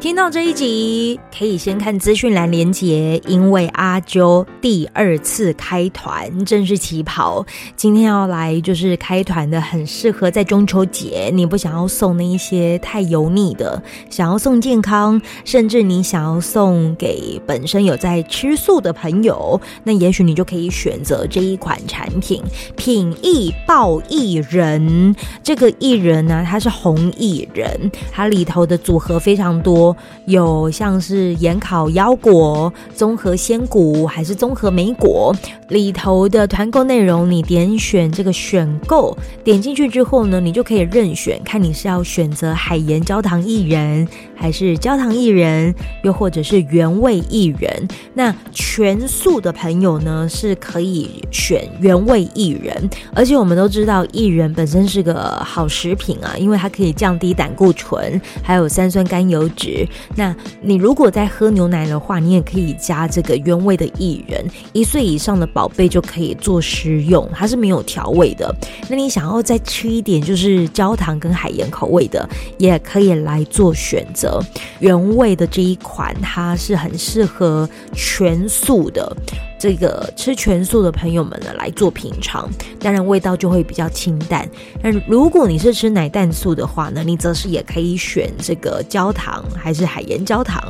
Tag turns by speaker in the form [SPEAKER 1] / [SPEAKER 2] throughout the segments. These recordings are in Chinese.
[SPEAKER 1] 听到这一集，可以先看资讯栏连结，因为阿啾第二次开团正式起跑，今天要来就是开团的，很适合在中秋节，你不想要送那一些太油腻的，想要送健康，甚至你想要送给本身有在吃素的朋友，那也许你就可以选择这一款产品——品益爆薏仁。这个薏仁呢，它是红薏仁，它里头的组合非常多，有像是盐烤腰果、综合鲜果还是综合莓果，里头的团购内容，你点选这个选购，点进去之后呢，你就可以任选，看你是要选择海盐焦糖薏仁，还是焦糖薏仁，又或者是原味薏仁。那全素的朋友呢，是可以选原味薏仁，而且我们都知道薏仁本身是个好食品啊，因为它可以降低胆固醇，还有三酸甘油脂。那你如果在喝牛奶的话，你也可以加这个原味的薏仁，一岁以上的宝贝就可以做食用，它是没有调味的。那你想要再吃一点，就是焦糖跟海盐口味的，也可以来做选择。原味的这一款，它是很适合全素的。这个吃全素的朋友们呢来做品尝，当然味道就会比较清淡。但如果你是吃奶蛋素的话呢，你则是也可以选这个焦糖还是海盐焦糖，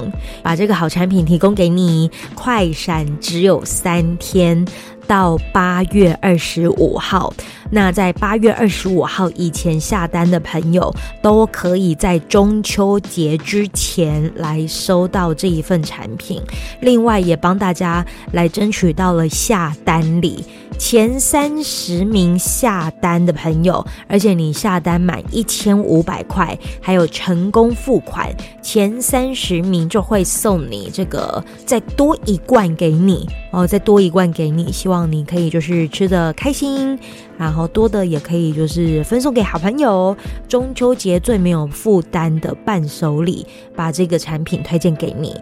[SPEAKER 1] 把这个好产品提供给你。快闪只有三天，到八月二十五号。那在八月二十五号以前下单的朋友，都可以在中秋节之前来收到这一份产品。另外，也帮大家来争取到了下单礼，前三十名下单的朋友，而且你下单满一千五百块，还有成功付款，前三十名就会送你这个再多一罐给你哦，再多一罐给你。希望你可以就是吃的开心，然后多的也可以就是分送给好朋友。中秋节最没有负担的伴手礼，把这个产品推荐给你。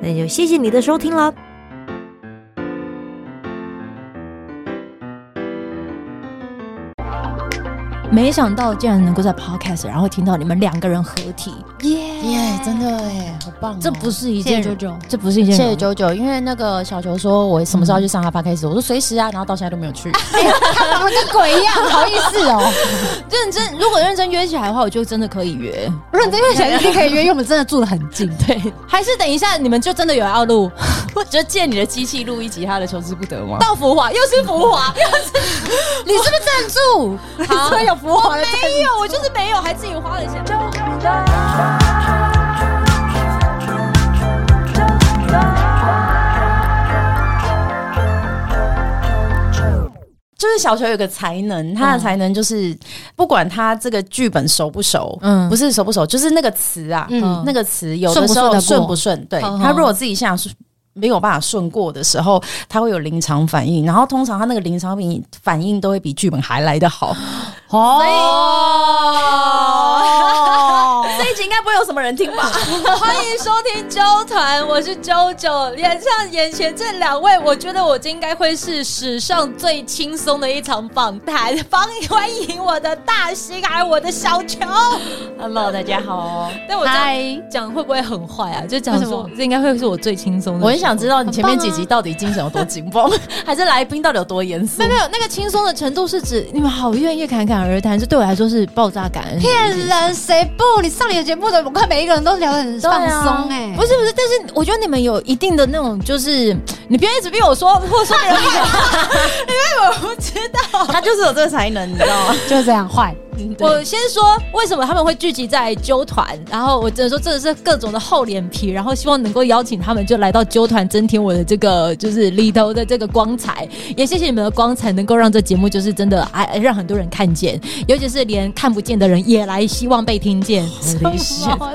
[SPEAKER 1] 那就谢谢你的收听了。
[SPEAKER 2] 没想到竟然能够在 podcast，然后听到你们两个人合体，
[SPEAKER 3] 耶真的哎，好棒哦、
[SPEAKER 2] 这不是一
[SPEAKER 4] 谢谢
[SPEAKER 2] 件
[SPEAKER 4] 九九，
[SPEAKER 2] 这不是一件
[SPEAKER 3] 谢谢九九，因为那个小球说我什么时候要去上他 p 开始，我说随时啊，然后到现在都没有去，
[SPEAKER 4] 他们跟鬼一样，
[SPEAKER 3] 好意 思哦。
[SPEAKER 2] 认真。如果认真约起来的话，我就真的可以约。
[SPEAKER 4] 认真因为小一定可以约，因为我们真的住的很 近。
[SPEAKER 2] 对，还是等一下你们就真的有要录， 我觉得借你的机器录一集他的求之不得吗？到浮华又是浮华，
[SPEAKER 4] 你是不是赞助？
[SPEAKER 2] 好
[SPEAKER 4] 所以有浮华的赞助
[SPEAKER 2] 没有，我就是没有，还自己花了钱。
[SPEAKER 3] 就是小球有个才能，他的才能就是不管他这个剧本熟不熟，嗯，
[SPEAKER 2] 嗯
[SPEAKER 3] 不是熟不熟，就是那个词啊，
[SPEAKER 4] 嗯
[SPEAKER 3] 那个词有
[SPEAKER 2] 顺
[SPEAKER 3] 的时
[SPEAKER 2] 不顺
[SPEAKER 3] 候
[SPEAKER 2] 得过
[SPEAKER 3] 顺不顺，对
[SPEAKER 2] 嗯
[SPEAKER 3] 他如果自己想没有办法顺过的时候，他会有临场反应，然后通常他那个临场反应反应都会比剧本还来得好。
[SPEAKER 2] 哦，这一集应该不会有什么人听吧？欢迎收听纠团，我是啾啾。脸上眼前这两位，我觉得我应该会是史上最轻松的一场访谈。欢欢迎我的大西还有我的小球。
[SPEAKER 4] Hello，大家好。
[SPEAKER 2] 但我这样讲会不会很坏啊？就讲
[SPEAKER 4] 为什
[SPEAKER 2] 说
[SPEAKER 4] 么
[SPEAKER 2] 这应该会是我最轻松的。
[SPEAKER 3] 我很想知道你前面几
[SPEAKER 4] 很棒
[SPEAKER 3] 集到底精神有多紧绷， 还是来宾到底有多严肃
[SPEAKER 4] 没？有没有，
[SPEAKER 2] 那个轻松的程度是指你们好愿意侃侃而谈，这对我来说是爆炸感恩。
[SPEAKER 4] 骗人谁不？你上你的节目的，我看每一个人都聊得很放松哎、
[SPEAKER 2] 不是不是，但是我觉得你们有一定的那种，就是你不要一直逼我说，或者说别人逼我，因为我不知道。
[SPEAKER 3] 他就是有这个才能，你知道吗？
[SPEAKER 4] 就这样坏。
[SPEAKER 2] 我先说为什么他们会聚集在纠团，然后我只能说真的是各种的厚脸皮，然后希望能够邀请他们就来到纠团，增添我的这个就是里头的这个光彩。也谢谢你们的光彩，能够让这节目就是真的哎让很多人看见，尤其是连看不见的人也来希望被 听见。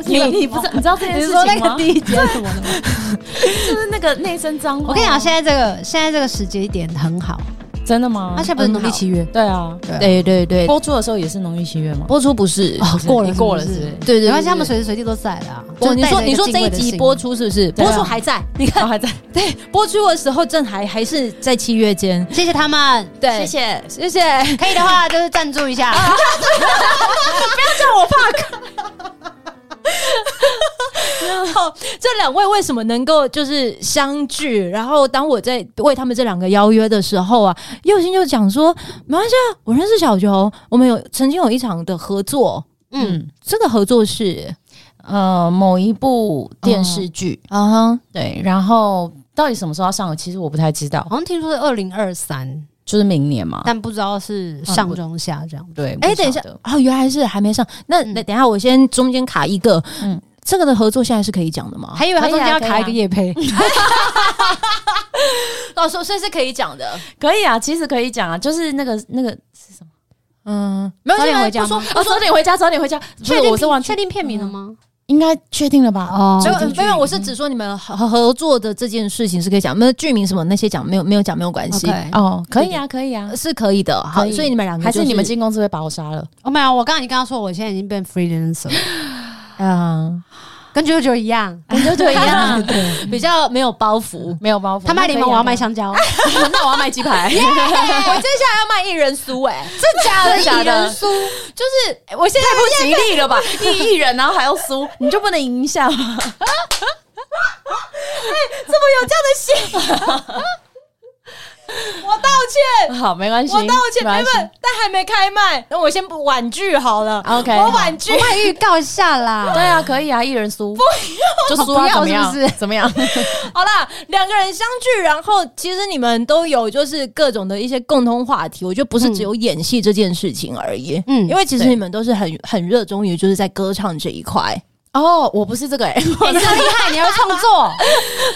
[SPEAKER 3] 你你不知
[SPEAKER 2] 啊
[SPEAKER 3] 你知道这件
[SPEAKER 4] 哦你
[SPEAKER 3] 事
[SPEAKER 4] 说那
[SPEAKER 3] 情
[SPEAKER 4] 个
[SPEAKER 3] 吗？
[SPEAKER 4] 第一节什么的吗？
[SPEAKER 3] 就是那个内生脏话。
[SPEAKER 4] 我跟你讲，现在这个现在这个时间点很好，啊
[SPEAKER 3] 真的吗？
[SPEAKER 4] 而且不是农历七月，
[SPEAKER 3] 对啊，
[SPEAKER 4] 对
[SPEAKER 2] 对对对，
[SPEAKER 3] 播出的时候也是农历七月吗？
[SPEAKER 2] 播出不是
[SPEAKER 4] 哦 过了
[SPEAKER 3] 你过了
[SPEAKER 4] 是不
[SPEAKER 3] 是
[SPEAKER 4] 是
[SPEAKER 3] 不是
[SPEAKER 2] 对对对
[SPEAKER 4] 没关系，他们
[SPEAKER 2] 对
[SPEAKER 4] 随时随地都在的啊。
[SPEAKER 2] 哦，你
[SPEAKER 4] 就是带
[SPEAKER 2] 说
[SPEAKER 4] 着
[SPEAKER 2] 你说
[SPEAKER 4] 个
[SPEAKER 2] 这
[SPEAKER 4] 敬
[SPEAKER 2] 一
[SPEAKER 4] 畏的
[SPEAKER 2] 集
[SPEAKER 4] 心
[SPEAKER 2] 播出是不是？
[SPEAKER 3] 对啊
[SPEAKER 2] 播出还在，你看
[SPEAKER 3] 哦还在。
[SPEAKER 2] 对，播出的时候正还还是在七月间。
[SPEAKER 4] 谢谢他们，
[SPEAKER 2] 对，
[SPEAKER 3] 谢谢
[SPEAKER 2] 谢 谢。
[SPEAKER 4] 可以的话就是赞助一下。
[SPEAKER 2] 后这两位为什么能够就是相聚？然后当我在为他们这两个邀约的时候啊，佑心就讲说：“没关系啊，我认识小熊，我们有曾经有一场的合作，
[SPEAKER 3] 嗯
[SPEAKER 2] 这个合作是
[SPEAKER 3] 呃，某一部电视剧，
[SPEAKER 2] 啊哈，
[SPEAKER 3] 嗯对，然后到底什么时候要上？其实我不太知道，
[SPEAKER 2] 哦
[SPEAKER 4] 好像听说是二零二三，
[SPEAKER 3] 就是明年嘛。
[SPEAKER 4] 但不知道是上中下这样。
[SPEAKER 3] 对，
[SPEAKER 2] 哎、
[SPEAKER 3] 不
[SPEAKER 2] 等一
[SPEAKER 3] 晓
[SPEAKER 2] 下
[SPEAKER 3] 得，
[SPEAKER 2] 哦，原来是还没上。那
[SPEAKER 4] 嗯
[SPEAKER 2] 那等一下，我先中间卡一个，嗯
[SPEAKER 3] 嗯，
[SPEAKER 2] 这个的合作现在是可以啊讲的吗？
[SPEAKER 4] 还以为啊他中间要卡一个夜配，
[SPEAKER 2] 嗯到时候哦所以是可以讲的。
[SPEAKER 3] 可以啊，其实可以讲啊，就是那个那个
[SPEAKER 2] 嗯，没有
[SPEAKER 4] 早点回家
[SPEAKER 2] 不说
[SPEAKER 4] 吗
[SPEAKER 3] 哦，早点回家，早点回家。不是，我是忘记
[SPEAKER 4] 确，定片名了吗？
[SPEAKER 3] 应该确定了吧？
[SPEAKER 4] 哦
[SPEAKER 2] 没
[SPEAKER 3] 就
[SPEAKER 2] 有没有，我是只说你们合合作的这件事情是可以讲，没有剧名什么那些讲没有没有讲没有关系
[SPEAKER 4] OK
[SPEAKER 3] 哦，可以啊，可以啊
[SPEAKER 2] 呃。是可以的。好
[SPEAKER 3] 可，以
[SPEAKER 2] 所以你们两个
[SPEAKER 3] 还
[SPEAKER 2] 就是
[SPEAKER 3] 你们进公司会把我杀了？
[SPEAKER 4] 哦，没有，我刚刚已经跟他说，我现在已经变 freelancer，了
[SPEAKER 2] 啊，
[SPEAKER 4] 跟九九一样。
[SPEAKER 2] 跟舅舅一 样，比较没有包袱。
[SPEAKER 3] 没有包袱。
[SPEAKER 4] 他卖柠
[SPEAKER 3] 那可
[SPEAKER 4] 檬，
[SPEAKER 3] 以
[SPEAKER 4] 我
[SPEAKER 3] 啊
[SPEAKER 4] 要卖。香蕉，
[SPEAKER 2] 那我要卖鸡排， 我接下来要卖一人酥，哎，
[SPEAKER 4] 真 假
[SPEAKER 2] 的假的
[SPEAKER 4] 一人酥，
[SPEAKER 2] 就是我现在
[SPEAKER 3] 太不吉利了 吧？一艺人，然后还要输，你就不能赢一下吗？
[SPEAKER 2] 我道歉，
[SPEAKER 3] 好，没关系，
[SPEAKER 2] 我道歉，
[SPEAKER 3] 没
[SPEAKER 2] 没
[SPEAKER 3] 关系
[SPEAKER 2] 问，但还没开卖，那我先不婉拒好了。
[SPEAKER 3] OK，
[SPEAKER 2] 我婉拒
[SPEAKER 4] 我。卖预告一下啦。
[SPEAKER 3] 对啊，可以啊，一人输，就输
[SPEAKER 4] 不
[SPEAKER 3] 啊，
[SPEAKER 4] 要
[SPEAKER 3] 怎么样？
[SPEAKER 4] 是不是
[SPEAKER 3] 怎么样？
[SPEAKER 2] 好啦，两个人相聚，然后其实你们都有就是各种的一些共通话题，我觉得不是只有演戏这件事情而已。
[SPEAKER 4] 嗯
[SPEAKER 2] 因为其实
[SPEAKER 3] 对
[SPEAKER 2] 你们都是很很热衷于就是在歌唱这一块，
[SPEAKER 3] 哦，我不是这个哎，
[SPEAKER 4] 你真厉害，你还会创 作。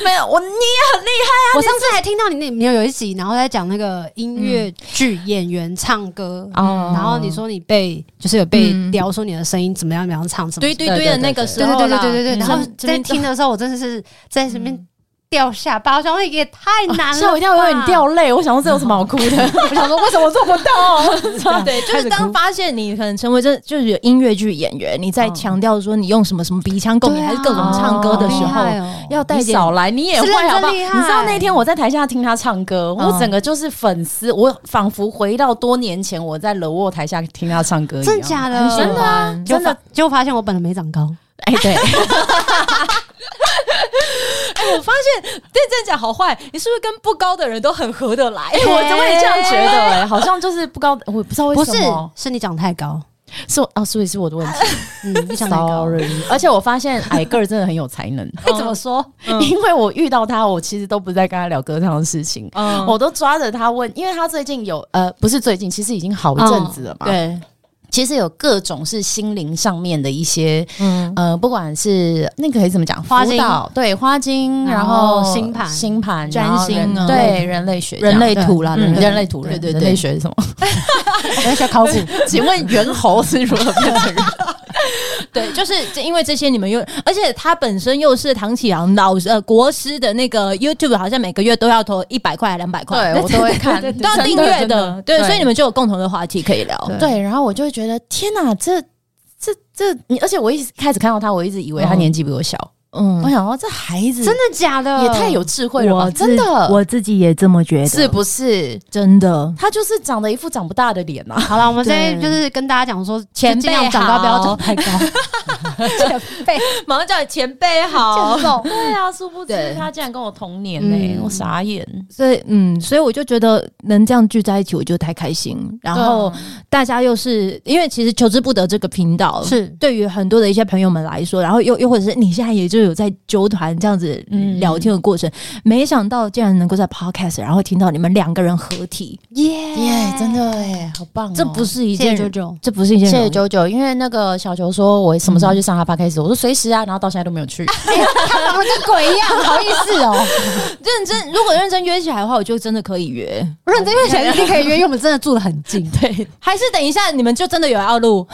[SPEAKER 2] 没有我你也很厉
[SPEAKER 4] 我上次还听到你那，你有有一集，然后在讲那个音乐剧演员唱歌，
[SPEAKER 3] 哦
[SPEAKER 4] 然后你说你被就是有被
[SPEAKER 2] 嗯
[SPEAKER 4] 撩说你的声音怎么样怎么样唱什
[SPEAKER 2] 害，
[SPEAKER 4] 么，对
[SPEAKER 2] 堆堆堆的那个时
[SPEAKER 4] 对
[SPEAKER 2] 候
[SPEAKER 4] 对
[SPEAKER 2] 啦
[SPEAKER 4] 对对对对，
[SPEAKER 2] 嗯
[SPEAKER 4] 然后
[SPEAKER 2] 这边
[SPEAKER 4] 在听的时候，我真的是在里面掉下巴，我想说哎也太
[SPEAKER 2] 啊
[SPEAKER 4] 难了，
[SPEAKER 3] 吓我一跳，我有点，掉泪。我想说这有什么好哭的？ 我想说为什么做不到？
[SPEAKER 2] 对，就
[SPEAKER 3] 开
[SPEAKER 2] 是
[SPEAKER 3] 始
[SPEAKER 2] 当
[SPEAKER 3] 哭
[SPEAKER 2] 发现你可能成为这就是有音乐剧演员，你在强调说你用什么什么鼻腔共鸣、还是各种唱歌的时
[SPEAKER 4] 好
[SPEAKER 2] 候，
[SPEAKER 4] 厉害哦
[SPEAKER 2] 要带
[SPEAKER 3] 你
[SPEAKER 2] 点
[SPEAKER 3] 少来，你也
[SPEAKER 4] 是
[SPEAKER 3] 会
[SPEAKER 4] 认真
[SPEAKER 3] 好不好？
[SPEAKER 4] 厉
[SPEAKER 3] 你
[SPEAKER 4] 害
[SPEAKER 3] 知道那天我在台下听他唱歌，
[SPEAKER 2] 嗯
[SPEAKER 3] 我整个就是粉丝，我仿佛回到多年前我在柔沃台下听他唱
[SPEAKER 2] 啊
[SPEAKER 3] 歌一样。
[SPEAKER 4] 真假的，
[SPEAKER 2] 真的啊
[SPEAKER 4] 就发就发现我本来没长高，
[SPEAKER 3] 哎，对，
[SPEAKER 2] 我发现对这样讲好坏，你是不是跟不高的人都很合得 来？哎
[SPEAKER 3] 我怎么也这样觉得？哎，好像就是不高，我也不知道为
[SPEAKER 4] 不
[SPEAKER 3] 什
[SPEAKER 4] 是
[SPEAKER 3] 么，
[SPEAKER 4] 是你长太高，
[SPEAKER 3] 是我哦，所以是我的 问题。
[SPEAKER 4] 嗯，你长太高，
[SPEAKER 3] Sorry，而且我发现矮个儿真的很有才能，
[SPEAKER 2] 会怎么
[SPEAKER 4] 哦
[SPEAKER 2] 说？
[SPEAKER 3] 因为我遇到他，我其实都不是在跟他聊歌唱的事情，
[SPEAKER 2] 嗯
[SPEAKER 3] 我都抓着他问，因为他最近有呃，不是最近，其实已经好一阵子了嘛。，
[SPEAKER 2] 对，
[SPEAKER 3] 其实有各种是心灵上面的一些，
[SPEAKER 2] 嗯，
[SPEAKER 3] 呃，不管是那个可以怎么讲，
[SPEAKER 4] 花精
[SPEAKER 3] 辅导对花精，
[SPEAKER 4] 然
[SPEAKER 3] 然
[SPEAKER 4] 后
[SPEAKER 3] 后
[SPEAKER 4] 星盘
[SPEAKER 3] 星盘、
[SPEAKER 2] 占
[SPEAKER 3] 然后人
[SPEAKER 2] 星啊
[SPEAKER 3] 对人类学、
[SPEAKER 2] 人类图
[SPEAKER 3] 这
[SPEAKER 2] 啦，
[SPEAKER 3] 样嗯
[SPEAKER 2] 人
[SPEAKER 3] 人类图，
[SPEAKER 2] 对
[SPEAKER 3] 人
[SPEAKER 2] 对
[SPEAKER 3] 人
[SPEAKER 2] 对
[SPEAKER 3] 类学是什么？
[SPEAKER 4] 我要学考古，
[SPEAKER 3] 请问猿猴是如何变成人？
[SPEAKER 2] 对，就是这因为这些你们又，而且他本身又是唐启阳老师呃国师的那个 YouTube，好像每个月都要投一百块、两百块，
[SPEAKER 3] 对我都会看，
[SPEAKER 2] 都要订
[SPEAKER 3] 真
[SPEAKER 2] 阅
[SPEAKER 3] 真
[SPEAKER 2] 的，对，
[SPEAKER 3] 对
[SPEAKER 2] 所以你们就有共同的话题可以聊。
[SPEAKER 3] 对，然后我就会觉得天哪，这这这你，而且我一开始看到他，我一直以为他年纪比我小，我
[SPEAKER 2] 嗯，
[SPEAKER 3] 想说这孩子
[SPEAKER 4] 真的假的？
[SPEAKER 3] 也太有智慧了吧，真的
[SPEAKER 1] 我自己也这么觉得，
[SPEAKER 3] 是不是？
[SPEAKER 2] 真的，
[SPEAKER 3] 他就是长得一副长不大的脸啊，
[SPEAKER 4] 好了，我们现在
[SPEAKER 2] 对
[SPEAKER 4] 就是跟大家讲说，
[SPEAKER 2] 前辈
[SPEAKER 4] 尽量长高，
[SPEAKER 2] 好
[SPEAKER 4] 不要长太高。
[SPEAKER 2] 马上叫你前辈好
[SPEAKER 4] 欠。揍
[SPEAKER 3] 对啊，殊不
[SPEAKER 2] 哦对
[SPEAKER 3] 竟然跟我同年
[SPEAKER 4] 嗯
[SPEAKER 3] 傻眼。
[SPEAKER 2] 所以，嗯，所以我就觉得能这样聚在一起，我就太开心。然后
[SPEAKER 3] 啊
[SPEAKER 2] 大家又是因为其实求之不得这个频道
[SPEAKER 4] 是
[SPEAKER 2] 对于很多的一些朋友们来说，然后又又或者是你现在也就有在纠团这样子
[SPEAKER 3] 嗯
[SPEAKER 2] 聊天的过程，没想到竟然能够在 podcast 然后听到你们两个人合体，
[SPEAKER 4] 耶
[SPEAKER 3] 耶，真的哎，好棒哦！
[SPEAKER 2] 这不是一
[SPEAKER 4] 谢谢
[SPEAKER 2] 件
[SPEAKER 4] 九九，
[SPEAKER 2] 这不是一件
[SPEAKER 3] 谢
[SPEAKER 2] 容
[SPEAKER 3] 谢
[SPEAKER 2] 易
[SPEAKER 3] 九九，因为那个小球说我什么时候要去上他 p 开始，我说随时啊，然后到现在都没有去。
[SPEAKER 4] 他长得跟鬼一样，好意思哦。
[SPEAKER 2] 认真，如果认真约起来的话，我就真的可以约。
[SPEAKER 4] 认真约起来一定可以约，因为我们真的住的很近。
[SPEAKER 3] 对，
[SPEAKER 2] 还是等一下你们就真的有要 录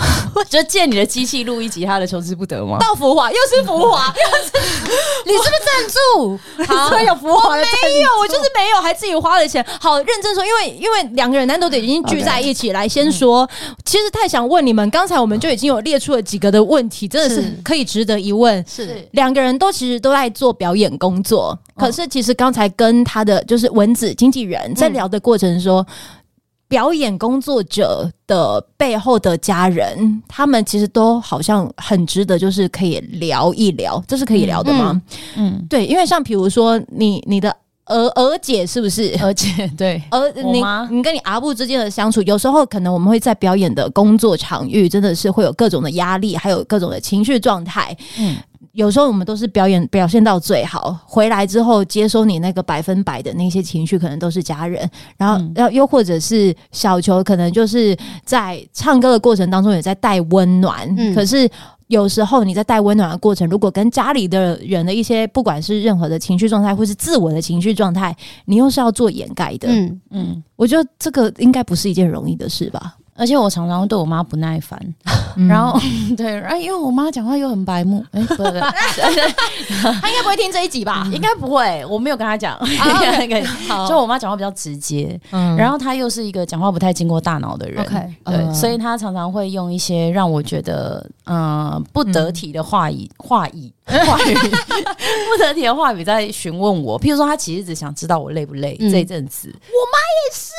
[SPEAKER 3] 就借你的机器录一集他的求之不得吗？
[SPEAKER 2] 到浮华，又是浮华，
[SPEAKER 4] 你是不是赞助？
[SPEAKER 2] 好
[SPEAKER 4] 所以有浮华的赞
[SPEAKER 2] 没有，我就是没有，还自己花了钱。好，认真说，因为因为两个人难得的已经聚在一起来，先说，其实太想问你们，刚才我们就已经有列出了几个的问题，真的是
[SPEAKER 4] 是
[SPEAKER 2] 可以值得一问。
[SPEAKER 4] 是
[SPEAKER 2] 两个人都其实都在做表演工作，嗯可是其实刚才跟他的就是文子经纪人在聊的过程说。表演工作者的背后的家人，他们其实都好像很值得，就是可以聊一聊，这是可以聊的吗？
[SPEAKER 3] 嗯，
[SPEAKER 2] 对，因为像比如说你你的儿儿姐是不是？
[SPEAKER 3] 而 且对，
[SPEAKER 2] 而
[SPEAKER 3] 我
[SPEAKER 2] 你
[SPEAKER 3] 妈
[SPEAKER 2] 你跟你阿布之间的相处，有时候可能我们会在表演的工作场域，真的是会有各种的压力，还有各种的情绪状态。
[SPEAKER 3] 嗯
[SPEAKER 2] 有时候我们都是表演表现到最好，回来之后接收你那个百分百的那些情绪，可能都是家人。然后，
[SPEAKER 4] 嗯
[SPEAKER 2] 要、又或者是小球，可能就是在唱歌的过程当中也在带温暖，
[SPEAKER 4] 嗯
[SPEAKER 2] 可是。有时候你在带温暖的过程，如果跟家里的人的一些，不管是任何的情绪状态，或是自我的情绪状态，你又是要做掩盖的。
[SPEAKER 4] 嗯，
[SPEAKER 3] 嗯，
[SPEAKER 2] 我觉得这个应该不是一件容易的事吧。
[SPEAKER 3] 而且我常常会对我妈不耐烦，然后 对，然后因为我妈讲话又很白目，哎、不 不不，
[SPEAKER 2] 他应该不会听这一集吧？
[SPEAKER 3] 嗯应该不会，我没有跟她 讲，
[SPEAKER 2] 那个
[SPEAKER 3] 就我妈讲话比较直接，
[SPEAKER 2] 嗯
[SPEAKER 3] 然后她又是一个讲话不太经过大脑的人
[SPEAKER 4] OK 呃
[SPEAKER 3] 对，
[SPEAKER 2] 嗯
[SPEAKER 3] 所以她常常会用一些让我觉得嗯、呃不得体的话语、话语、话语不得体的话语在询问我，譬如说她其实只想知道我累不累、
[SPEAKER 4] 嗯
[SPEAKER 3] 这一阵子，我妈也是，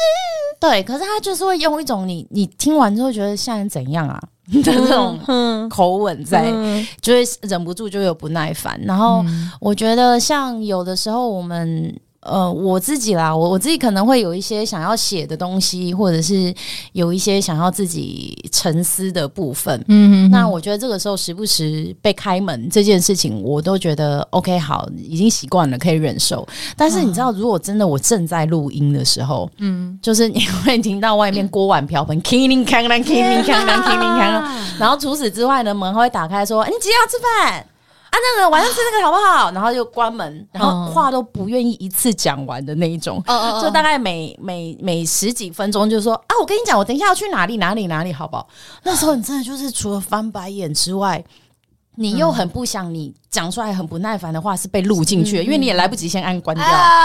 [SPEAKER 3] 对，可是她就是会用一种你你听完之后觉得现在怎样啊的这种
[SPEAKER 2] 嗯，
[SPEAKER 3] 口吻在，就会忍不住就有不耐烦，然后。
[SPEAKER 2] 嗯
[SPEAKER 3] 我觉得像有的时候我们。呃，我自己啦，我我自己可能会有一些想要写的东西，或者是有一些想要自己沉思的部分。
[SPEAKER 2] 嗯
[SPEAKER 3] 那我觉得这个时候时不时被开门这件事情，我都觉得 OK，好，已经习惯了，可以忍受。但是你知道，
[SPEAKER 2] 啊
[SPEAKER 3] 如果真的我正在录音的时候，嗯，就是你会听到外 面锅碗瓢盆叮铃锵啷，叮铃锵啷，叮铃锵啷。然后除此之外呢，门还会打开说：“哎你几点要吃饭？啊，那个晚上吃那个好不好？”然后就关门，然后话都不愿意一次讲完的那一种。
[SPEAKER 2] 哦嗯哦
[SPEAKER 3] 就大概每每每十几分钟就说啊，我跟你讲，我等一下要去哪里哪里哪里，好不好？那时候你真的就是除了翻白眼之外，你
[SPEAKER 2] 嗯
[SPEAKER 3] 又很不想你讲出来很不耐烦的话是被录进去的，因为你
[SPEAKER 2] 嗯
[SPEAKER 3] 也来不及先按
[SPEAKER 4] 哦
[SPEAKER 3] 关掉。
[SPEAKER 2] 啊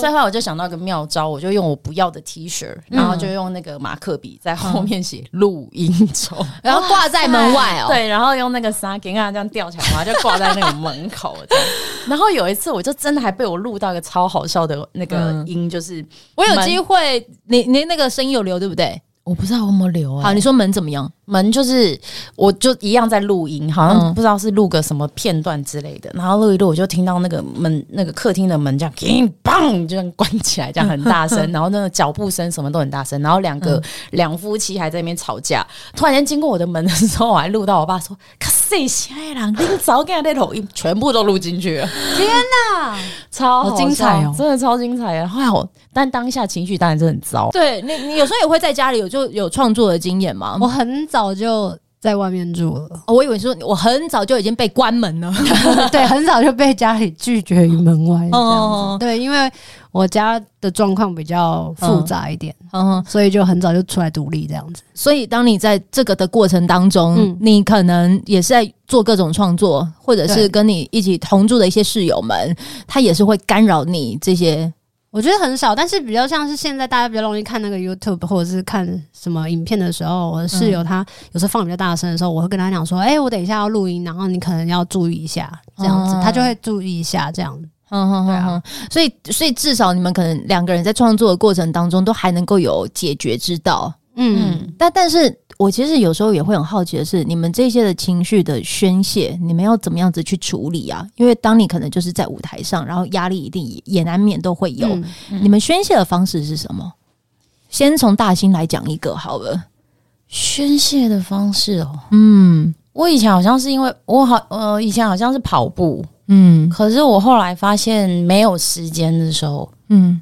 [SPEAKER 3] 所以后来我就想到一个妙招，我就用我不要的 T 恤，然后就
[SPEAKER 2] 嗯
[SPEAKER 3] 用那个马克笔在后面写录音中，
[SPEAKER 2] 然后挂在门外哦，
[SPEAKER 3] 对，然后用那个纱给它这样吊起来，然后就挂在那个门口这样。 然后有一次，我就真的还被我录到一个超好笑的那个
[SPEAKER 2] 嗯
[SPEAKER 3] 音，就是
[SPEAKER 2] 我有
[SPEAKER 3] 门
[SPEAKER 2] 机会，你你那个声音有留对不对？
[SPEAKER 3] 我不知道我有没有留、欸。
[SPEAKER 2] 好，你说门怎么样？
[SPEAKER 3] 门就是，我就一样在录音，好像
[SPEAKER 2] 嗯
[SPEAKER 3] 不知道是录个什么片段之类的。然后录一录，我就听到那个门，那个客厅的门这样，砰砰，就这样关起来，这样很大声。然后那个脚步声什么都很大声。然后两个两、夫妻还在那边吵架。突然间经过我的门的时候，我还录到我爸说：“可谁现在人，你早给他那录音，全部都录进去了。”
[SPEAKER 4] 啊，
[SPEAKER 3] 超
[SPEAKER 4] 好
[SPEAKER 3] 好精彩
[SPEAKER 4] 笑
[SPEAKER 3] 哦，真的超精彩啊！后来我，但当下情绪当然是很糟。
[SPEAKER 2] 对你，你有时候也会在家里有就有创作的经验吗？
[SPEAKER 4] 我很早就在外面住了，
[SPEAKER 2] 哦我我以为说我很早就已经被关门了，
[SPEAKER 4] 对，很早就被家里拒绝于门外这样
[SPEAKER 2] 哦
[SPEAKER 4] 子。对，因为我家的状况比较复杂一点，
[SPEAKER 2] 嗯，
[SPEAKER 4] 所以就很早就出来独立这样子。
[SPEAKER 2] 所以当你在这个的过程当中，
[SPEAKER 4] 嗯
[SPEAKER 2] 你可能也是在做各种创作，或者是
[SPEAKER 4] 对
[SPEAKER 2] 跟你一起同住的一些室友们，他也是会干扰你这些。
[SPEAKER 4] 我觉得很少，但是比较像是现在大家比较容易看那个 YouTube 或者是看什么影片的时候，我的室
[SPEAKER 3] 嗯
[SPEAKER 4] 友他有时候放比较大声的时候，我会跟他讲说：“哎、我等一下要录音，然后你可能要注意一下这样子。
[SPEAKER 2] 哦
[SPEAKER 4] 他就
[SPEAKER 3] 嗯
[SPEAKER 4] 会注意一下这样子。
[SPEAKER 2] 嗯哼
[SPEAKER 4] 对
[SPEAKER 2] 哼哼
[SPEAKER 4] 啊，
[SPEAKER 2] 所以所以至少你们可能两个人在创作的过程当中，都还能够有解决之道。
[SPEAKER 4] 嗯，
[SPEAKER 3] 嗯，
[SPEAKER 2] 但但是我其实有时候也会很好奇的是，你们这些的情绪的宣泄，你们要怎么样子去处理啊？因为当你可能就是在舞台上，然后压力一定也也难免都会有。
[SPEAKER 4] 嗯
[SPEAKER 2] 你们宣泄的方式是什么？先从大兴来讲一个好了。
[SPEAKER 3] 宣泄的方式哦，
[SPEAKER 2] 嗯
[SPEAKER 3] 我以前好像是因为我好呃，以前好像是跑步，
[SPEAKER 2] 嗯
[SPEAKER 3] 可是我后来发现没有时间的时候，
[SPEAKER 2] 嗯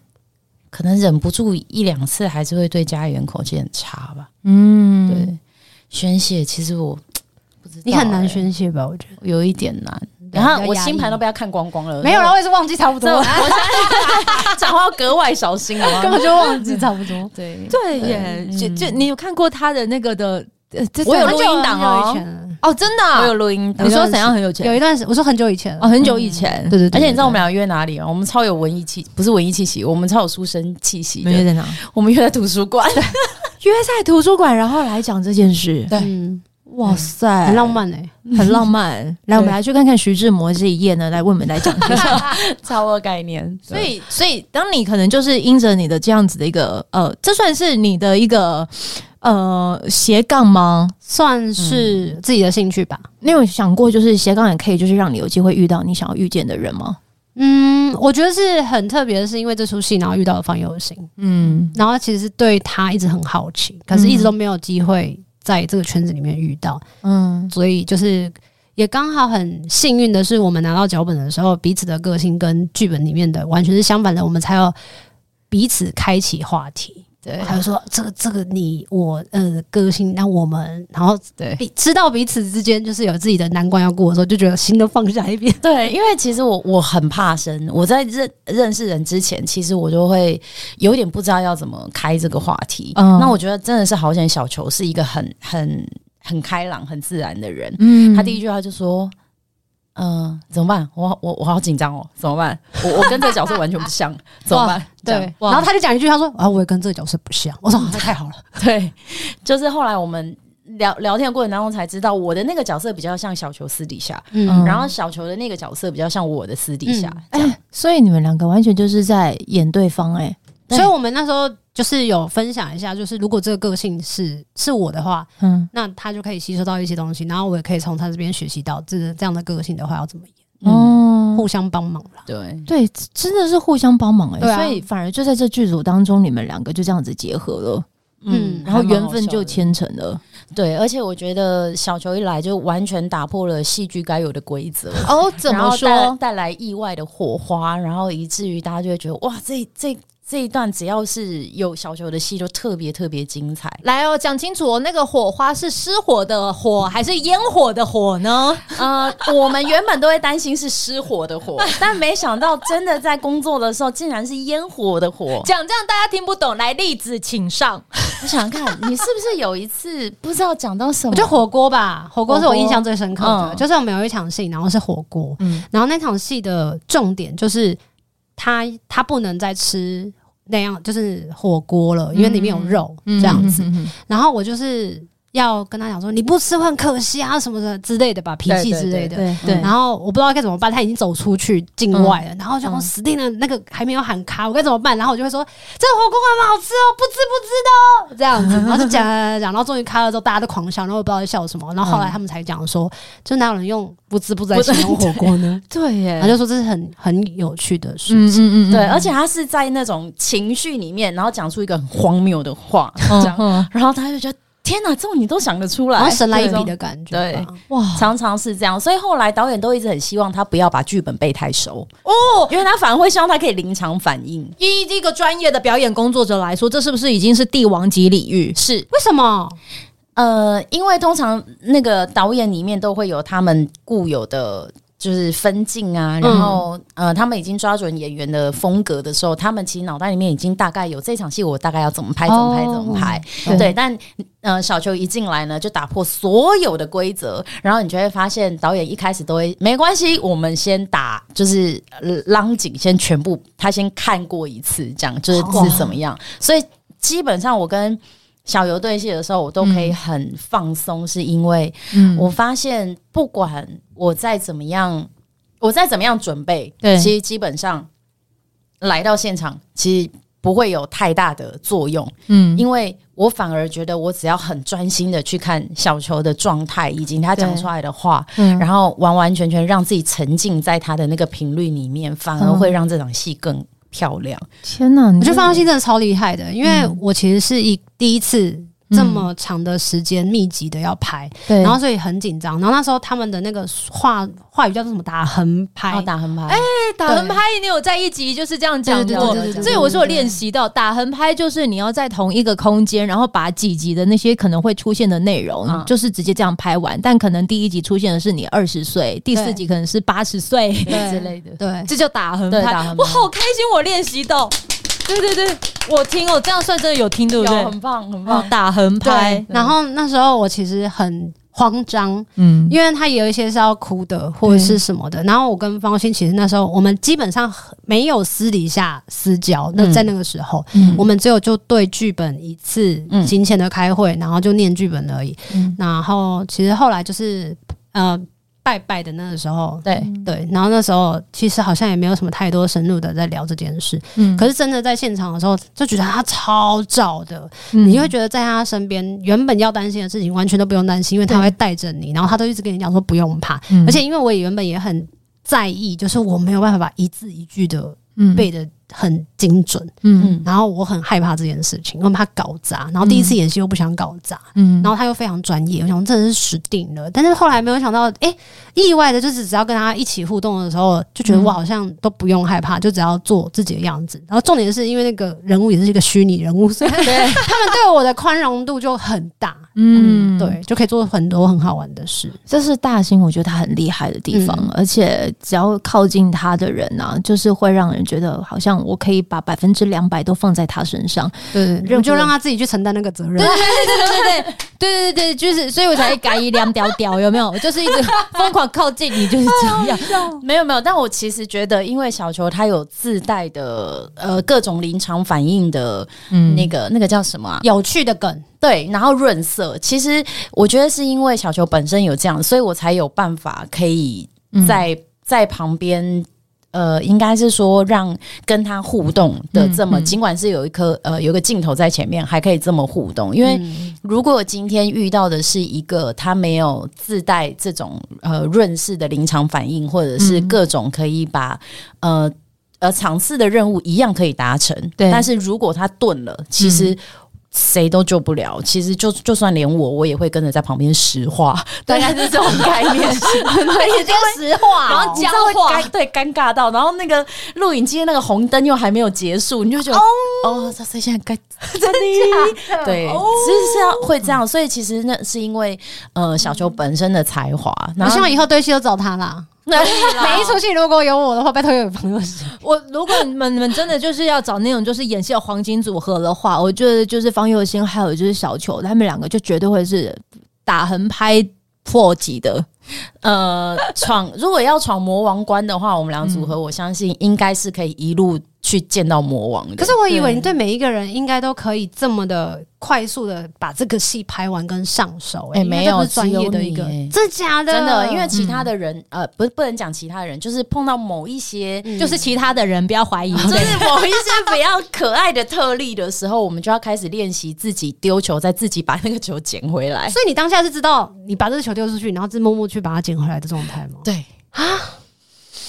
[SPEAKER 3] 可能忍不住一两次，还是会对家里人口气很差吧。
[SPEAKER 2] 嗯，
[SPEAKER 3] 对，宣泄其实我不知道、
[SPEAKER 4] 你很难
[SPEAKER 3] 欸，
[SPEAKER 4] 宣泄吧？我觉得
[SPEAKER 3] 有一点难。
[SPEAKER 4] 对
[SPEAKER 3] 然后
[SPEAKER 4] 比较
[SPEAKER 3] 我
[SPEAKER 4] 压
[SPEAKER 3] 星
[SPEAKER 4] 抑
[SPEAKER 3] 盘都被他看光光了，
[SPEAKER 4] 没有啦，
[SPEAKER 3] 然
[SPEAKER 4] 我
[SPEAKER 3] 后
[SPEAKER 4] 也是忘记差不多
[SPEAKER 3] 这我，我现在 讲话要格外小心 啊，
[SPEAKER 4] 根本就忘记差不多。
[SPEAKER 3] 对。
[SPEAKER 2] 对耶，
[SPEAKER 3] 嗯
[SPEAKER 2] 嗯就就你有看过他的那个的呃，这
[SPEAKER 3] 我有
[SPEAKER 2] 这
[SPEAKER 3] 录音档哦
[SPEAKER 4] 很久以前
[SPEAKER 2] 哦，真的
[SPEAKER 3] 我
[SPEAKER 2] 啊、
[SPEAKER 3] 有录音档
[SPEAKER 2] 你，说怎样很有
[SPEAKER 4] 有
[SPEAKER 2] 钱？
[SPEAKER 4] 一段时，我说很久以前，
[SPEAKER 2] 哦，很久以前，
[SPEAKER 4] 对对对，
[SPEAKER 3] 而且你知道我
[SPEAKER 4] 对
[SPEAKER 3] 们俩约哪里吗？我们超有文艺气，不是文艺气息，我们超有书生气息
[SPEAKER 2] 你
[SPEAKER 3] 的。
[SPEAKER 2] 们约在哪？
[SPEAKER 3] 我们约在图书馆，
[SPEAKER 2] 约在图书馆，然后来讲这件事。
[SPEAKER 4] 对
[SPEAKER 3] 对
[SPEAKER 4] 嗯，
[SPEAKER 2] 哇塞，
[SPEAKER 4] 很浪，漫哎、
[SPEAKER 2] 很浪漫。来，我们
[SPEAKER 4] 对
[SPEAKER 2] 来去看看徐志摩这一页呢，来为我们来讲 一下。
[SPEAKER 3] 超额概念，
[SPEAKER 2] 所以，所以当你可能就是因着你的这样子的一个呃，这算是你的一个呃斜杠吗？
[SPEAKER 4] 算是自己的兴趣吧。
[SPEAKER 2] 你有想过就是斜杠也可以就是让你有机会遇到你想要遇见的人吗？
[SPEAKER 4] 嗯，我觉得是很特别，的是因为这出戏，然后遇到了方佑兴，
[SPEAKER 2] 嗯，
[SPEAKER 4] 然后其实对他一直很好奇，可是一直都没有机会在这个圈子里面遇到，
[SPEAKER 2] 嗯，
[SPEAKER 4] 所以就是也刚好很幸运的是，我们拿到脚本的时候，彼此的个性跟剧本里面的完全是相反的，我们才有彼此开启话题。
[SPEAKER 3] 对
[SPEAKER 4] 还有说这个这个你我呃个性，那我们然后
[SPEAKER 3] 对
[SPEAKER 4] 彼知道彼此之间就是有自己的难关要过的时候，就觉得心都放下一边。
[SPEAKER 3] 对，因为其实我我很怕生，我在认认识人之前，其实我就会有点不知道要怎么开这个话题。
[SPEAKER 2] 嗯
[SPEAKER 3] 那我觉得真的是好险，小球是一个很很很开朗、很自然的人。
[SPEAKER 2] 嗯
[SPEAKER 3] 他第一句话就说：“嗯、怎么办？我我我好紧张哦，怎么办？我我跟这个角色完全不 像，怎么办？”这样
[SPEAKER 4] 对，然后他就讲一句，他说啊，我也跟这个角色不像。我说、啊、那太好了，
[SPEAKER 3] 对，就是后来我们聊聊天的过程当中才知道，我的那个角色比较像小球私底下，
[SPEAKER 4] 嗯，
[SPEAKER 3] 然后小球的那个角色比较像我的私底下。
[SPEAKER 4] 嗯
[SPEAKER 3] 这样
[SPEAKER 2] 哎所以你们两个完全就是在演对方哎、
[SPEAKER 4] 所以我们那时候就是有分享一下，就是如果这个个性是是我的话，
[SPEAKER 2] 嗯，
[SPEAKER 4] 那他就可以吸收到一些东西，然后我也可以从他这边学习到这这样的个性的话要怎么演，
[SPEAKER 3] 嗯，
[SPEAKER 2] 哦。
[SPEAKER 4] 互相帮忙啦。
[SPEAKER 3] 对。
[SPEAKER 2] 对，真的是互相帮忙哎、
[SPEAKER 4] 对啊
[SPEAKER 2] 所以反而就在这剧组当中，你们两个就这样子结合了，
[SPEAKER 4] 嗯
[SPEAKER 2] 然后
[SPEAKER 3] 还蛮好
[SPEAKER 2] 缘分
[SPEAKER 3] 笑
[SPEAKER 2] 就
[SPEAKER 3] 的
[SPEAKER 2] 牵成了。
[SPEAKER 3] 对，而且我觉得小球一来就完全打破了戏剧该有的规则，
[SPEAKER 2] 哦，
[SPEAKER 3] 然后带带来意外的火花，然后以至于大家就会觉得哇，这这这一段只要是有小球的戏就特别特别精彩。
[SPEAKER 2] 来哦，讲清楚哦，那个火花是失火的火还是烟火的火呢？
[SPEAKER 3] 呃，我们原本都会担心是失火的火， 但没想到真的在工作的时候竟然是烟火的火。
[SPEAKER 2] 讲这样大家听不懂，来例子请上。
[SPEAKER 3] 我想想看，你是不是有一次不知道讲到
[SPEAKER 2] 哦
[SPEAKER 3] 什么？
[SPEAKER 4] 我觉得火锅吧，火锅是我印象最深刻
[SPEAKER 3] 火
[SPEAKER 4] 的，
[SPEAKER 3] 锅嗯
[SPEAKER 4] 就是我们有一场戏，然后是火锅，
[SPEAKER 2] 嗯
[SPEAKER 4] 然后那场戏的重点就是他他不能再吃那样就是火锅了，因为里面有肉、
[SPEAKER 2] 嗯
[SPEAKER 4] 这样子。然后我就是要跟他讲说，你不吃会很可惜啊什么的之类的吧，脾气之类的。
[SPEAKER 2] 对
[SPEAKER 3] 对
[SPEAKER 4] 然后我不知道该怎么办，他已经走出去境外了，然后想说
[SPEAKER 2] 嗯
[SPEAKER 4] 死定了，那个还没有喊卡，我该怎么办？然后我就会说这个火锅很好吃哦，不吃不知道哦，这样子，然后就讲讲讲，然后终于开了之后，大家都狂笑，然后我不知道在笑什么，然后后来他们才讲说，就哪有人用不知不知来形容火锅呢？
[SPEAKER 3] 对耶
[SPEAKER 4] 他就说这是很很有趣的事
[SPEAKER 2] 嗯
[SPEAKER 4] 情，
[SPEAKER 2] 嗯嗯，
[SPEAKER 3] 对，而且他是在那种情绪里面，然后讲出一个很荒谬的话，这样，
[SPEAKER 2] 嗯
[SPEAKER 3] 然后他就觉得天哪，这种你都想得出来，
[SPEAKER 4] 然后哦神来一笔
[SPEAKER 3] 对
[SPEAKER 4] 的感觉
[SPEAKER 3] 对
[SPEAKER 4] 吧。
[SPEAKER 2] 哇
[SPEAKER 3] 常常是这样，所以后来导演都一直很希望他不要把剧本背太熟哦，因为他反而会希望他可以临场反应。
[SPEAKER 2] 以一个专业的表演工作者来说，这是不是已经是帝王级领域？
[SPEAKER 3] 是，
[SPEAKER 4] 为什么？
[SPEAKER 3] 呃，因为通常那个导演里面都会有他们固有的。就是分镜啊，然后、呃，他们已经抓准演员的风格的时候，他们其实脑袋里面已经大概有这场戏我大概要怎么拍、怎么拍、
[SPEAKER 4] 哦
[SPEAKER 3] 怎么拍。对，但呃，小球一进来呢，就打破所有的规则，然后你就会发现导演一开始都会没关系，我们先打就是呃浪景，先全部他先看过一次，这样就是是怎么样，所以基本上我跟。小游对戏的时候，我都可以很放松，是因为
[SPEAKER 2] 嗯，
[SPEAKER 3] 我发现不管我再怎么样，我再怎么样准备，
[SPEAKER 2] 对
[SPEAKER 3] 其实基本上来到现场，其实不会有太大的作用。
[SPEAKER 2] 嗯，
[SPEAKER 3] 因为我反而觉得，我只要很专心的去看小球的状态，以及他讲出来的话，
[SPEAKER 2] 嗯
[SPEAKER 3] 然后完完全全让自己沉浸在他的那个频率里面，反而会让这场戏更漂亮。
[SPEAKER 2] 天哪，你
[SPEAKER 4] 我觉
[SPEAKER 2] 就
[SPEAKER 4] 得方向性真的超厉害的，因为我其实是一第一次这么长的时间密集的要拍，
[SPEAKER 2] 对，
[SPEAKER 4] 然后所以很紧张。然后那时候他们的那个话话语叫做什么哦打横
[SPEAKER 3] 然后
[SPEAKER 4] 拍，
[SPEAKER 3] 打横拍，
[SPEAKER 2] 打横拍，你有在一集就是这样讲
[SPEAKER 4] 对对
[SPEAKER 2] 过
[SPEAKER 4] 对对对，对
[SPEAKER 2] 所以我是有练习到打横拍，就是你要在同一个空间，然后把几集的那些可能会出现的内容，
[SPEAKER 3] 嗯
[SPEAKER 2] 就是直接这样拍完。但可能第一集出现的是你二十岁，第四集可能是八十岁，
[SPEAKER 4] 对
[SPEAKER 3] 之类的。
[SPEAKER 4] 对，
[SPEAKER 2] 这叫打横
[SPEAKER 3] 对
[SPEAKER 2] 拍
[SPEAKER 3] 打横。拍
[SPEAKER 2] 我好开心，我练习到。对对对，我听哦，这样算真的有听，对不
[SPEAKER 3] 有
[SPEAKER 2] 对？
[SPEAKER 3] 很棒，很
[SPEAKER 4] 嗯
[SPEAKER 2] 哦
[SPEAKER 3] 棒，。
[SPEAKER 2] 打横拍
[SPEAKER 4] 对，然后那时候我其实很慌张，
[SPEAKER 2] 嗯，
[SPEAKER 4] 因为他也有一些是要哭的或者是什么的。然后我跟方欣其实那时候我们基本上没有私底下私交，那
[SPEAKER 3] 嗯
[SPEAKER 4] 在那个时候，
[SPEAKER 2] 嗯
[SPEAKER 4] 我们只有就对剧本一次
[SPEAKER 3] 嗯
[SPEAKER 4] 行前的开会，然后就念剧本而已。
[SPEAKER 2] 嗯
[SPEAKER 4] 然后其实后来就是呃拜拜的那个时候，
[SPEAKER 3] 对，
[SPEAKER 4] 对，然后那时候其实好像也没有什么太多深入的在聊这件事，
[SPEAKER 2] 嗯
[SPEAKER 4] 可是真的在现场的时候，就觉得他超照的，
[SPEAKER 2] 嗯
[SPEAKER 4] 你会觉得在他身边，原本要担心的事情完全都不用担心，因为他
[SPEAKER 2] 对
[SPEAKER 4] 会带着你，然后他都一直跟你讲说不用怕，
[SPEAKER 2] 嗯
[SPEAKER 4] 而且因为我也原本也很在意，就是我没有办法把一字一句的
[SPEAKER 2] 嗯
[SPEAKER 4] 背的很精准，
[SPEAKER 2] 嗯
[SPEAKER 4] 然后我很害怕这件事情，我很怕搞砸，然后第一次演戏又不想搞砸，
[SPEAKER 2] 嗯
[SPEAKER 4] 然后他又非常专业，我想真的是死定了。但是后来没有想到，哎、意外的就是只要跟他一起互动的时候，就觉得
[SPEAKER 2] 嗯
[SPEAKER 4] 我好像都不用害怕，就只要做自己的样子。然后重点是因为那个人物也是一个虚拟人物，所以 他
[SPEAKER 3] 对，
[SPEAKER 4] 们对我的宽容度就很大。
[SPEAKER 2] 嗯，
[SPEAKER 4] 对，就可以做很多很好玩的事。
[SPEAKER 2] 这是大兴，我觉得他很厉害的地方，
[SPEAKER 4] 嗯
[SPEAKER 2] 而且只要靠近他的人啊，就是会让人觉得好像我可以把百分之两百都放在他身上。
[SPEAKER 4] 对
[SPEAKER 2] 任何啊
[SPEAKER 4] 我就让他自己去承担那个责任。
[SPEAKER 2] 对对对对对，就是，所以我才一改一两屌屌，有没有？我就是一直疯狂靠近你，就是这 样。
[SPEAKER 3] 没有没有，但我其实觉得，因为小球他有自带的呃各种临场反应的
[SPEAKER 2] 嗯
[SPEAKER 3] 那个、那个叫什么、啊？
[SPEAKER 4] 有趣的梗，
[SPEAKER 3] 对，然后润色。其实我觉得是因为小球本身有这样，所以我才有办法可以
[SPEAKER 2] 嗯
[SPEAKER 3] 在、在旁边。呃，应该是说让跟他互动的这么，
[SPEAKER 2] 嗯嗯
[SPEAKER 3] 尽管是有一颗呃有一个镜头在前面，还可以这么互动。因为
[SPEAKER 4] 嗯
[SPEAKER 3] 如果今天遇到的是一个他没有自带这种呃润式的临场反应，或者是
[SPEAKER 2] 嗯
[SPEAKER 3] 各种可以把、呃呃场次的任务一样可以达成，
[SPEAKER 2] 对嗯
[SPEAKER 3] 但是如果他顿了，其实。谁都救不了，其实就就算连我，我也会跟着在旁边石化，大概是这种概 念。
[SPEAKER 4] 你这个实话哦
[SPEAKER 3] 然后你知道会尴对尴尬到，然后那个录影机那个红灯又还没有结束，你就觉得哦，这这现在该 真的哦对，其实是要会这样，所以其实那是因为呃小球本身的才华，然
[SPEAKER 4] 我希
[SPEAKER 3] 后
[SPEAKER 4] 望以后对戏都找他啦。每一出戏如果有我的话，拜托有朋友是
[SPEAKER 2] 我如果你们你们真的就是要找那种就是演戏的黄金组合的话，我觉得就是方佑兴还有就是小球，他们两个就绝对会是打横拍破级的。
[SPEAKER 3] 呃闯如果要闯魔王关的话，我们俩组合，我相信应该是可以一路去见到魔王的。
[SPEAKER 4] 可是我以为
[SPEAKER 2] 对
[SPEAKER 4] 你对每一个人应该都可以这么的快速的把这个戏拍完跟上手、欸，
[SPEAKER 3] 哎
[SPEAKER 4] 因为
[SPEAKER 3] 没
[SPEAKER 4] 这
[SPEAKER 3] 有
[SPEAKER 4] 不是专业的一个
[SPEAKER 3] 只有你欸，
[SPEAKER 4] 真的啊假的？
[SPEAKER 3] 真的，因为其他的人、呃，不是不能讲其他人，就是碰到某一些。
[SPEAKER 4] 嗯
[SPEAKER 2] 就是其他的人不要怀疑，
[SPEAKER 3] 嗯就是某一些比较可爱的特例的时候，我们就要开始练习自己丢球，再自己把那个球捡回来。
[SPEAKER 4] 所以你当下是知道你把这个球丢出去，然后是默默去把它捡回来的状态吗？
[SPEAKER 3] 对啊，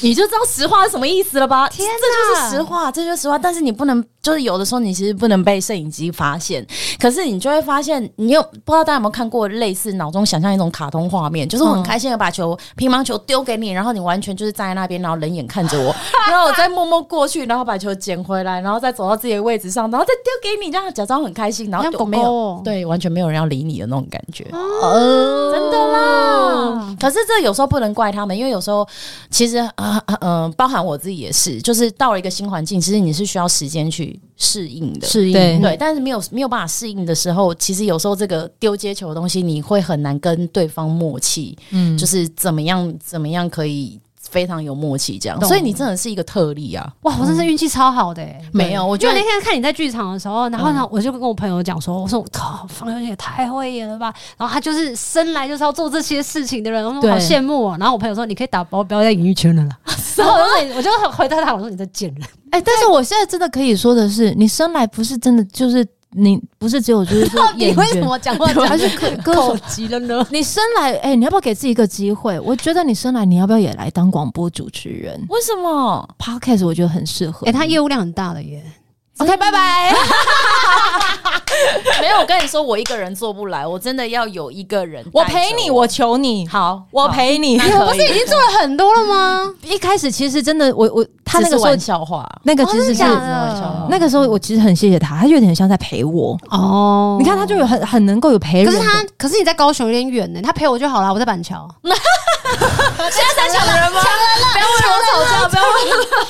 [SPEAKER 3] 你就知道实话是什么意思了吧？天这就是实话，这就是实话。但是你不能，就是有的时候你其实不能被摄影机发现，可是你就会发现，你有不知道大家有没有看过类似脑中想象一种卡通画面，就是我很开心的把球乒乓球丢给你，然后你完全就是站在那边，然后冷眼看着我，然后我再默默过去，然后把球捡回来，然后再走到自己的位置上，然后再丢给你，这样假装很开心，然后
[SPEAKER 4] 像
[SPEAKER 3] 就
[SPEAKER 4] 狗
[SPEAKER 3] 没有。
[SPEAKER 4] 狗、
[SPEAKER 3] 对，完全没有人要理你的那种感觉。
[SPEAKER 2] 呃
[SPEAKER 3] 哦真的啦。可是这有时候不能怪他们，因为有时候其实啊嗯、呃包含我自己也是，就是到了一个新环境，其实你是需要时间去适应的。
[SPEAKER 4] 适应
[SPEAKER 2] 对
[SPEAKER 3] 对，但是没有没有办法适应的时候，其实有时候这个丢接球的东西，你会很难跟对方默契，
[SPEAKER 2] 嗯
[SPEAKER 3] 就是怎么样怎么样可以非常有默契这样。
[SPEAKER 4] 懂
[SPEAKER 3] 所以你真的是一个特例啊，
[SPEAKER 4] 哇，我真是运气超好的、欸。
[SPEAKER 3] 没有，我
[SPEAKER 4] 因
[SPEAKER 3] 觉
[SPEAKER 4] 为
[SPEAKER 3] 得嗯
[SPEAKER 4] 那天看你在剧场的时候，然后呢，我就跟我朋友讲说，我说我靠，方圆也太会演了吧。然后他就是生来就是要做这些事情的人，我说
[SPEAKER 2] 对
[SPEAKER 4] 好羡慕哦。然后我朋友说，你可以打包，不要在演艺圈了 啦。然后我就说我就回答他，我说你在贱人。
[SPEAKER 2] 哎、但是我现在真的可以说的是，你生来不是真的，就是你不是只有就是说 演员，
[SPEAKER 4] 讲
[SPEAKER 2] 还是歌歌手？
[SPEAKER 4] 急了呢？
[SPEAKER 2] 你生来，哎、你要不要给自己一个机会？我觉得你生来，你要不要也来当广播主持人
[SPEAKER 3] 为什么？
[SPEAKER 2] ？Podcast 我觉得很适合
[SPEAKER 4] 哎、。他业务量很大的耶。
[SPEAKER 2] OK，拜拜。
[SPEAKER 3] 没有，我跟你说，我一个人做不来，我真的要有一个人带着，
[SPEAKER 2] 我陪你，我求你，
[SPEAKER 3] 好，
[SPEAKER 2] 我
[SPEAKER 3] 好
[SPEAKER 2] 陪你。
[SPEAKER 3] 那可以
[SPEAKER 4] 已经做了很多了吗？
[SPEAKER 2] 一开始其实真的，我我
[SPEAKER 3] 他
[SPEAKER 2] 他那
[SPEAKER 3] 那个
[SPEAKER 2] 个时候
[SPEAKER 3] 玩，笑话，
[SPEAKER 2] 那个其实是、
[SPEAKER 4] 哦真的假的
[SPEAKER 2] 那个时候，我其实很谢谢他，他有点像在陪我。
[SPEAKER 4] 哦，
[SPEAKER 2] 你看，他就有很很能够有陪人
[SPEAKER 4] 可
[SPEAKER 2] 的。
[SPEAKER 4] 是他，可是你在高雄有点远呢，他陪我就好了，我在板桥。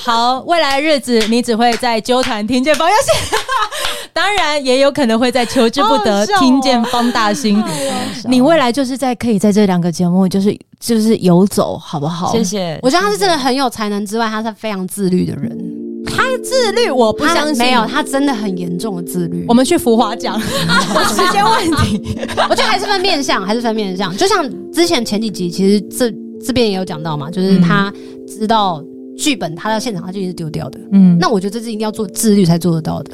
[SPEAKER 2] 好，未来日子你只会在纠团听见方耀信。 当然也有可能会在求之不
[SPEAKER 3] 好好
[SPEAKER 2] 得
[SPEAKER 3] 笑哦
[SPEAKER 2] 听见方大兴。你未来就是在可以在这两个节目就是就是游走，好不好？
[SPEAKER 3] 谢谢。
[SPEAKER 4] 我觉得他是真的很有才能之外，他是非常自律的人。
[SPEAKER 2] 自律，我不
[SPEAKER 4] 他
[SPEAKER 2] 相信。
[SPEAKER 4] 没有，，他真的很严重的自律。
[SPEAKER 2] 我们去浮华奖，时间问题。
[SPEAKER 4] 我觉得还是分面相，还是分面相。就像之前前几集，其实这这边也有讲到嘛，就是他知道剧本，他在现场他就一直丢掉的。
[SPEAKER 2] 嗯，
[SPEAKER 4] 那我觉得这是一定要做自律才做得到的。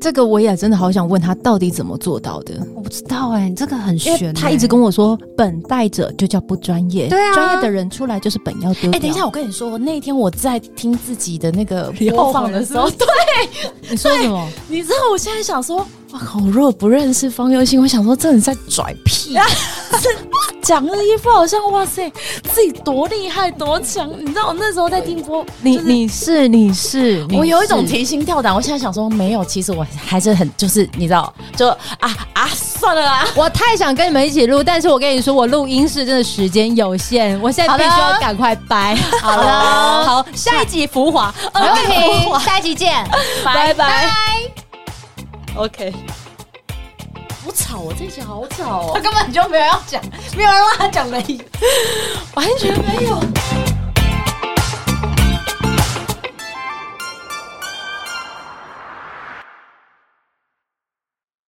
[SPEAKER 5] 这个我也真的好想问他到底怎么做到的，
[SPEAKER 4] 我不知道哎、这个很
[SPEAKER 5] 因
[SPEAKER 4] 悬、
[SPEAKER 5] 为他一直跟我说本带者就叫不专业，
[SPEAKER 4] 对啊
[SPEAKER 5] 专业的人出来就是本要丢掉。
[SPEAKER 3] 哎、等一下，，我跟你说，那天我在听自己的那个
[SPEAKER 2] 你后
[SPEAKER 3] 播
[SPEAKER 2] 悔
[SPEAKER 3] 放的
[SPEAKER 2] 了
[SPEAKER 3] 时候，
[SPEAKER 2] 是
[SPEAKER 3] 对，
[SPEAKER 2] 你说什么？
[SPEAKER 3] 你知道我现在想说，哇靠！我如果不认识方佑信，我想说这人在拽 屁，这讲的一副好像哇塞，自己多厉害多强。你知道我那时候在听播，
[SPEAKER 2] 你
[SPEAKER 3] 就是
[SPEAKER 2] 你是你是，
[SPEAKER 3] 我有一种
[SPEAKER 2] 你是
[SPEAKER 3] 提心吊胆。我现在想说，没有，其实我还是很就是你知道，就啊啊算了啦。
[SPEAKER 2] 我太想跟你们一起录，但是我跟你说，我录音室真的时间有限，我现在
[SPEAKER 3] 好
[SPEAKER 2] 必
[SPEAKER 3] 的
[SPEAKER 2] 须要赶快 掰。好了， 好，下一集浮华，
[SPEAKER 4] 没
[SPEAKER 2] 二
[SPEAKER 4] 问
[SPEAKER 2] 定浮
[SPEAKER 4] 题，
[SPEAKER 2] 华，
[SPEAKER 4] 下一集见。
[SPEAKER 2] 拜拜。OK，
[SPEAKER 3] 好吵，我这一集好吵哦。
[SPEAKER 2] 根本就没有要讲，没有人让他讲的意思，完全没有。